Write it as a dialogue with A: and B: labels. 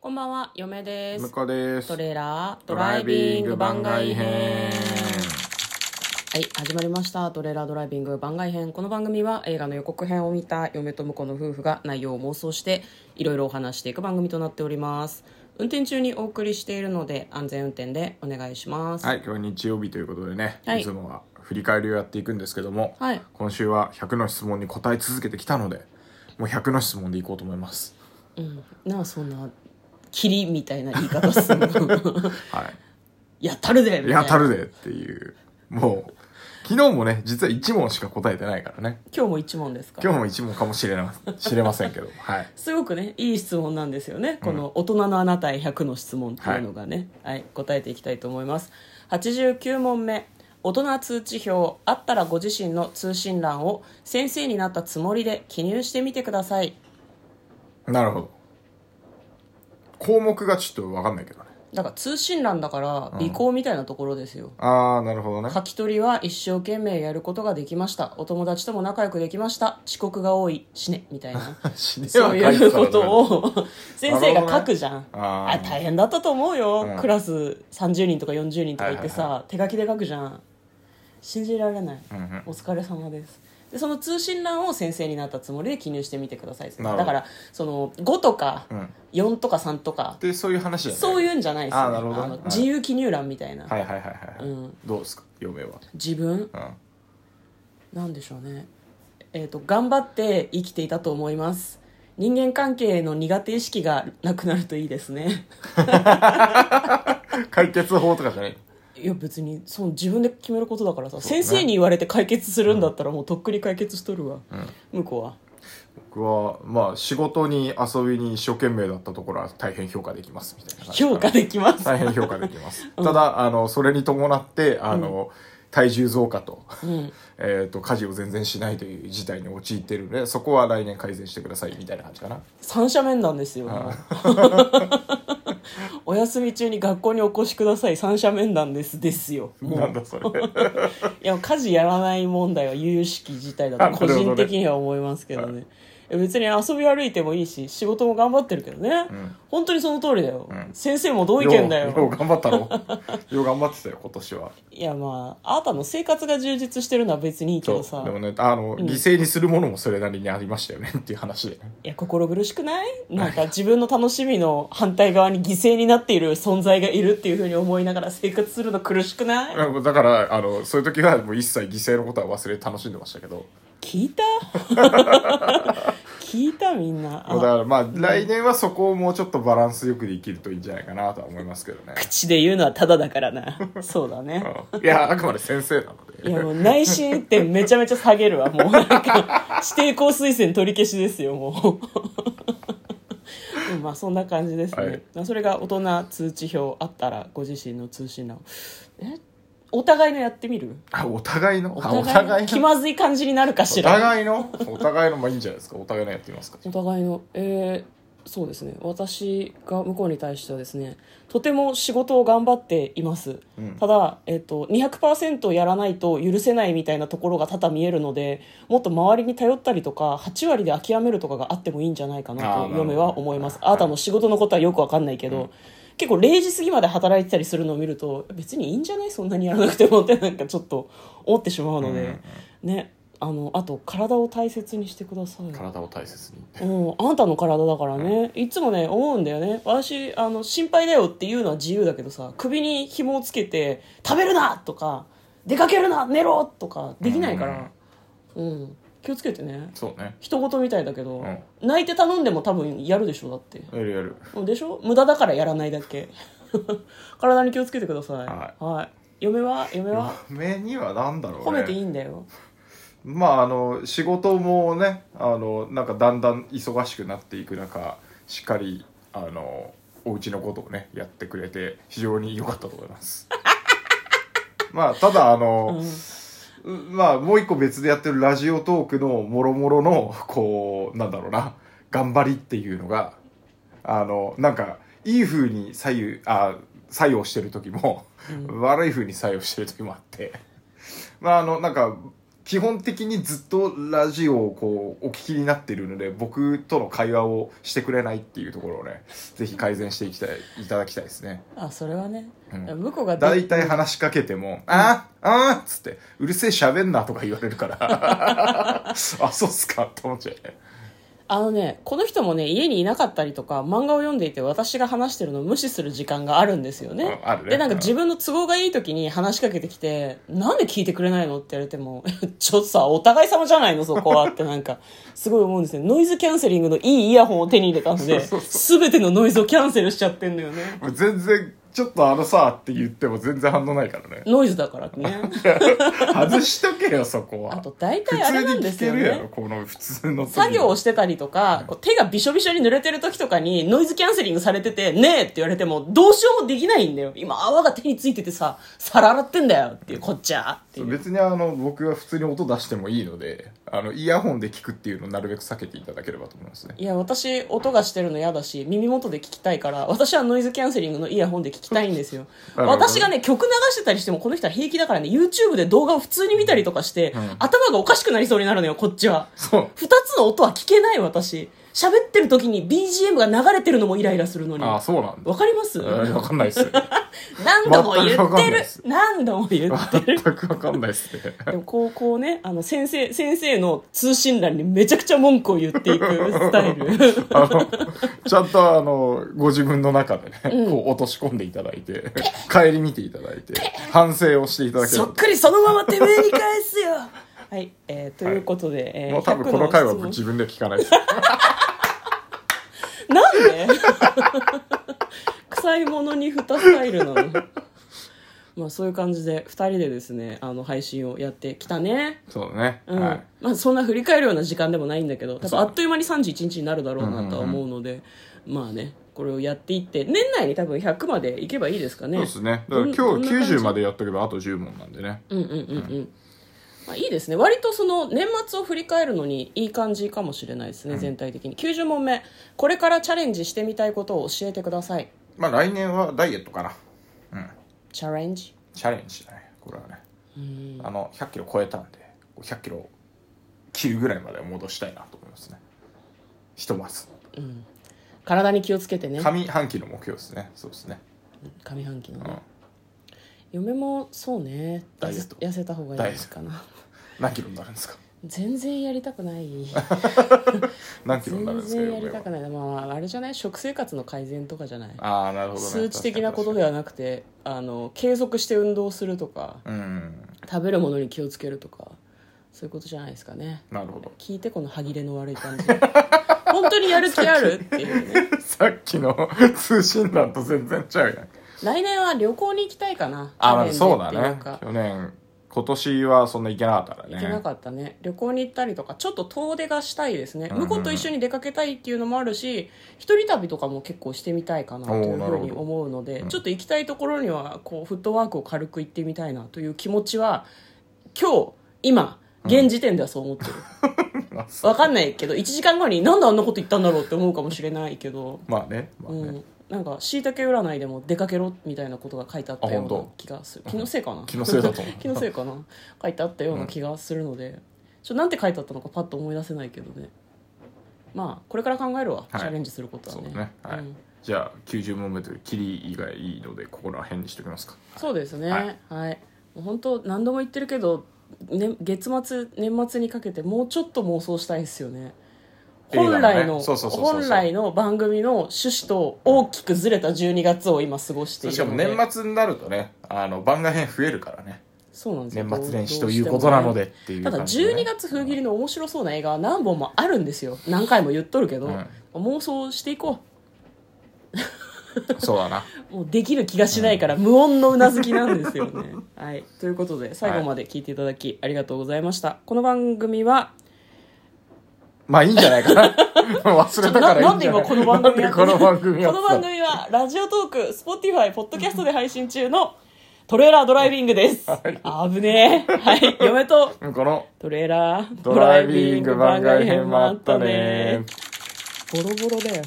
A: こんばんは、嫁で
B: 向
A: す。
B: こうです
A: トレーラード
B: ド
A: ラ
B: ラ
A: イ
B: イ
A: ビン
B: ビン
A: グ
B: グ
A: 番
B: 番
A: 外
B: 外
A: 編
B: 編。
A: はい、始まりました。トレーラードライビング番外編。この番組は映画の予告編を見た嫁と婿の夫婦が内容を妄想していろいろお話していく番組となっております。運転中にお送りしているので安全運転でお願いします。
B: はい今日は日曜日ということでね、
A: はい
B: い、つもは振り返りをやっていくんですけども、
A: はい
B: 今週は100の質問に答え続けてきたのでもう100の質問でいこうと思います
A: うん、なあ、そんな、霧みたいな言い方するの。
B: は
A: やったるぜみ
B: い
A: たいな。
B: やたるでっていうもう昨日もね実は1問しか答えてないからね
A: 今日も一問ですか
B: 今日も1問かもしれな知れません けどはい
A: すごくねいい質問なんですよね、この大人のあなたへ100の質問っていうのがね、はい答えていきたいと思います89問目大人通知表あったらご自身の通信欄を先生になったつもりで記入してみてください
B: なるほど項目がちょっと分かんないけどね
A: だから通信欄だから尾行みたいなところですよ、
B: ああなるほどね
A: 書き取りは一生懸命やることができましたお友達とも仲良くできました遅刻が多い死ねみたい な
B: 死ね
A: そう
B: は書
A: い
B: て
A: う
B: たの
A: こ
B: ね
A: とを 先生が書くじゃん、
B: あ
A: あ
B: ー
A: 大変だったと思うよ、
B: うん
A: クラス30人とか40人とかいてさ、
B: はい
A: 手書きで書くじゃん信じられない、
B: うんうん
A: お疲れ様ですでその通信欄を先生になったつもりで記入してみてください
B: なるほど
A: だからその5とか
B: うん
A: 4とか3とか、
B: でそういう話だね
A: そういうんじゃないですよ、
B: あなるほどねはい
A: 自由記入欄みたいな、
B: はいはいはいはい、
A: うん
B: どうですか嫁は、
A: 自分
B: うん、
A: なんでしょうねえっ、と頑張って生きていたと思います人間関係の苦手意識がなくなるといいですね
B: 解決法とかじゃない
A: いや別にその自分で決めることだからさ、先生に言われて解決するんだったらもうとっくに解決しとるわ、向こうは
B: 僕はまあ仕事に遊びに一生懸命だったところは大変評価できますみたいな感じかな
A: 評価できます
B: 大変評価でき ます、ただあのそれに伴ってあの、体重増加と,、 えー、と家事を全然しないという事態に陥ってるのでそこは来年改善してくださいみたいな感じかな
A: 三者面談ですよ、もう お休み中に学校にお越しください三者面談ですですよもう
B: なん だそれ
A: いや家事やらない問題は由々しき事態だと個人的には思いますけどねいや別に遊び歩いてもいいし仕事も頑張ってるけどね、本当にその通りだよ、先生も同意見だよ
B: ようよう頑張ったのよう頑張ってたよ今年はい
A: やまああなたの生活が充実してるのは別にいいけ
B: そ
A: ど
B: う
A: さ
B: でもねあの、犠牲にするものもそれなりにありましたよね っていう話で
A: いや心苦しくないなんか自分の楽しみの反対側に犠牲になっている存在がいるっていうふうに思いながら生活するの苦しくない
B: あのだからあのそういう時はもう一切犠牲のことは忘れて楽しんでましたけど
A: 聞いた聞いたみん な
B: だか
A: あ
B: らまあ来年はそこをもうちょっとバランスよくできるといいんじゃないかなとは思いますけどね
A: 口で言うのはただだからなそうだね
B: うんいやあくまで先生なの
A: い
B: で
A: やもう内心ってめちゃめちゃ下げるわもうなんか指定校推薦取り消しですよも ううんまあそんな感じですね、
B: はい
A: まあそれが大人通知表あったらご自身の通信欄をえお互いのやってみる
B: あお互いの
A: お
B: あ
A: 互いの気
B: の
A: まずい感じになるか
B: お
A: しら
B: 互いのお互いのまあいいんじゃないですかお互いのやってみますか
A: お互いのえーそうですね私が向こうに対してはですねとても仕事を頑張っています、ただ、えっと200%やらないと許せないみたいなところが多々見えるのでもっと周りに頼ったりとか8割で諦めるとかがあってもいいんじゃないか
B: あーな
A: な
B: る
A: と
B: ほど
A: 嫁は思いますあなたの仕事のことはよくわかんないけど、結構0時過ぎまで働いてたりするのを見ると別にいいんじゃないそんなにやらなくてもってなんかちょっと思ってしまうので、ねあのあと体を大切にしてください
B: 体を大切に
A: うん、あんたの体だからね、いつもね思うんだよね私あの心配だよっていうのは自由だけどさ首に紐をつけて「食べるな!」とか「出かけるな寝ろ!」とかできないから、うん気をつけてね
B: そうね
A: 人事みたいだけど、
B: うん
A: 泣いて頼んでも多分やるでしょだって
B: やるやる
A: うんでしょ無駄だからやらないだけ 体に気をつけてください、
B: はい
A: 嫁は嫁は
B: 目にはなんだろうね
A: 褒めていいんだよ
B: まああの仕事もねあのなんかだんだん忙しくなっていく中しっかりあのお家のことをねやってくれて非常に良かったと思いますまあただあの、うまあもう一個別でやってるラジオトークのもろもろのこうなんだろうな頑張りっていうのがあのなんかいい風に左右あ作用してる時も、悪い風に作用してる時もあってまああのなんか基本的にずっとラジオをこうお聞きになってるので僕との会話をしてくれないっていうとこ ろをねぜひ改善していきたいいただきたいですね
A: あそれはね、
B: うん
A: 向こうがど
B: 大体話しかけても「ああああっつって「うるせえ喋んな」とか言われるから あそうっすかって思っちゃうね
A: あのねこの人もね家にいなかったりとか漫画を読んでいて私が話してるのを無視する時間があるんですよね
B: うんあるね
A: でなんか自分の都合がいい時に話しかけてきて「なんで聞いてくれないの?」って言われても 「ちょっとさお互い様じゃないのそこは」ってなんかすごい思うんですねノイズキャンセリングのいいイヤホンを手に入れたので
B: そうそう
A: 全てのノイズをキャンセルしちゃってんのよね
B: もう全然ちょっとあのさって言っても全然反応ないから ね
A: ノイズだからね
B: 外しとけよそこは
A: あと大
B: 普
A: 体あれな
B: 通
A: ん
B: に
A: で
B: 聞
A: す
B: け
A: よ
B: るやろ
A: ね
B: この普通の
A: 作業をしてたりとか、こう手がびしょびしょに濡れてる時とかにノイズキャンセリングされてて、ねえって言われても、どうしようもできないんだよ。今泡が手についててさ、皿洗ってんだよっていう、こっちゃって
B: そ
A: いうう。
B: 別にあの僕は普通に音出してもいいのであのイヤホンで聞くっていうのをなるべく避けていただければと思いますね
A: いや、私、音がしてるの嫌だし、耳元で聞きたいから、私はノイズキャンセリングのイヤホンで聞きたいんですよ。
B: なるほど
A: 私がね、曲流してたりしても、この人は平気だからね、YouTube で動画を普通に見たりとかして、
B: ん
A: 頭がおかしくなりそうになるのよ、こっちは。
B: そう
A: 二つの音は聞けない、私。喋ってる時に BGM が流れてるのもイライラするのに。
B: ああ
A: わ
B: そうなんだ
A: かります
B: 分かんないっすね
A: 何度も言
B: 全く
A: っ
B: わかんない
A: て
B: で
A: る
B: す
A: 何度も言ってる
B: 全く分かんないっすね
A: でもこうこうねあの先生先生の通信欄にめちゃくちゃ文句を言っていくスタイ ル
B: あのちゃんとあのご自分の中でね、こう落とし込んでいただいて帰り見ていただいて反省をしていただけれ
A: そっ
B: ば
A: くりそのままてめえに返す よはい、えーということで、えー
B: もう多分
A: 100
B: この回は
A: 質問
B: 自分で聞かないです
A: なんで 臭いものに蓋スタイルなの まあそういう感じで2人でですねあの配信をやってきたね
B: そうだね、
A: うん
B: はい
A: まあ、そんな振り返るような時間でもないんだけど多
B: そう
A: 分あっという間に31日になるだろうなとは思うので、まあねこれをやっていって年内に多分100までいけばいいですかね
B: そうですねだから今日
A: どんどんな感じ
B: 90までやっとけばあと10問なんでね
A: うんうんうんうん、まあ、いいですね割とその年末を振り返るのにいい感じかもしれないですね、全体的に90問目これからチャレンジしてみたいことを教えてください
B: まあ来年はダイエットかなうん
A: チャレンジ
B: チャレンジだねこれはね
A: うん
B: あの100キロ超えたんで100キロ切るぐらいまで戻したいなと思いますねひとまず
A: 体に気をつけてね
B: 上半期の目標ですねそうですね、
A: 上半期の
B: うん
A: ね、嫁もそうね
B: ダイエット
A: 痩せた方がいいですかな
B: 何キロになるんですか
A: 全然やりたくない
B: 何キロになるん
A: 全
B: ですか
A: 然やりたく
B: い
A: ない、まあ、あれじゃない食生活の改善とかじゃない、
B: ああなるほど、ね、
A: 数値的なことではなくてあの継続して運動するとか
B: 確かにうん
A: 食べるものに気をつけるとかそういうことじゃないですかね
B: なるほど
A: 聞いてこの歯切れの悪い感じ本当にやる気あるっていうね
B: さっきの通信欄と全然違うやん
A: 来年は旅行に行きたいかな
B: あ
A: チャレン
B: あ
A: ジ
B: そうだ
A: ってい
B: ね
A: か
B: 去年今年はそんな行けなかったからね
A: 行けなかったね旅行に行ったりとかちょっと遠出がしたいですね、
B: うんうん
A: 向こうと一緒に出かけたいっていうのもあるし一人旅とかも結構してみたいかなとい
B: おー
A: う
B: な
A: ふ
B: る
A: う
B: ほ
A: に
B: ど
A: 思うので、
B: うん
A: ちょっと行きたいところにはこうフットワークを軽く行ってみたいなという気持ちは今日今現時点ではそう 思ってる、
B: あそう
A: わかんないけど1時間後になんであんなこと言ったんだろうって思うかもしれないけど、
B: まあね,、まあ
A: う
B: ね
A: ん、なんかしいたけ占いでも出かけろみたいなことが書いてあったよ
B: あ
A: うな
B: 本当
A: 気がする気のせいかな
B: 気のせいだと思う
A: 気のせいかな書いてあったような気がするので、ちょっとなんて書いてあったのかパッと思い出せないけどねまあこれから考えるわ、
B: い
A: チャレンジすることは
B: そう
A: ね
B: ね、はい
A: うん
B: じゃあ90問目というキリ以外いいのでここら辺にしておきますか
A: そうですね
B: は
A: はい、もう本当何度も言ってるけど、ね、月末年末にかけてもうちょっと妄想したいですよね
B: 映画のね
A: 本来の
B: そうそうそうそうそう
A: 本来の番組の趣旨と大きくずれた12月を今過ごしてい
B: しか
A: る
B: も
A: ので
B: 年末になるとねあの番外編増えるからね
A: そうなんですよ
B: 年末年始
A: ど
B: と
A: う
B: い
A: して
B: う
A: もね
B: ことなのでっていう
A: ただ
B: 感じでね
A: 12月封切りの面白そうな映画は何本もあるんですよ何回も言っとるけど、
B: うん
A: 妄想していこ
B: そうだな
A: うもうできる気がしないから無音のうなずきなんですよ ね、はい、ということで最後まで聞いていただきありがとうございました、この番組は
B: まあいいんじゃない かな忘れたか
A: な
B: らい
A: ないん
B: ん
A: で
B: じゃな
A: 今
B: い
A: この番組やって
B: なんでこの番組や っ
A: こ
B: て
A: の番組はラジオトーク Spotify ポッドキャストで配信中のトレーラードライビングです、あぶねえはい嫁と
B: たこの
A: トレーラー
B: ドライビング番外編もあったね
A: ボロボロだよ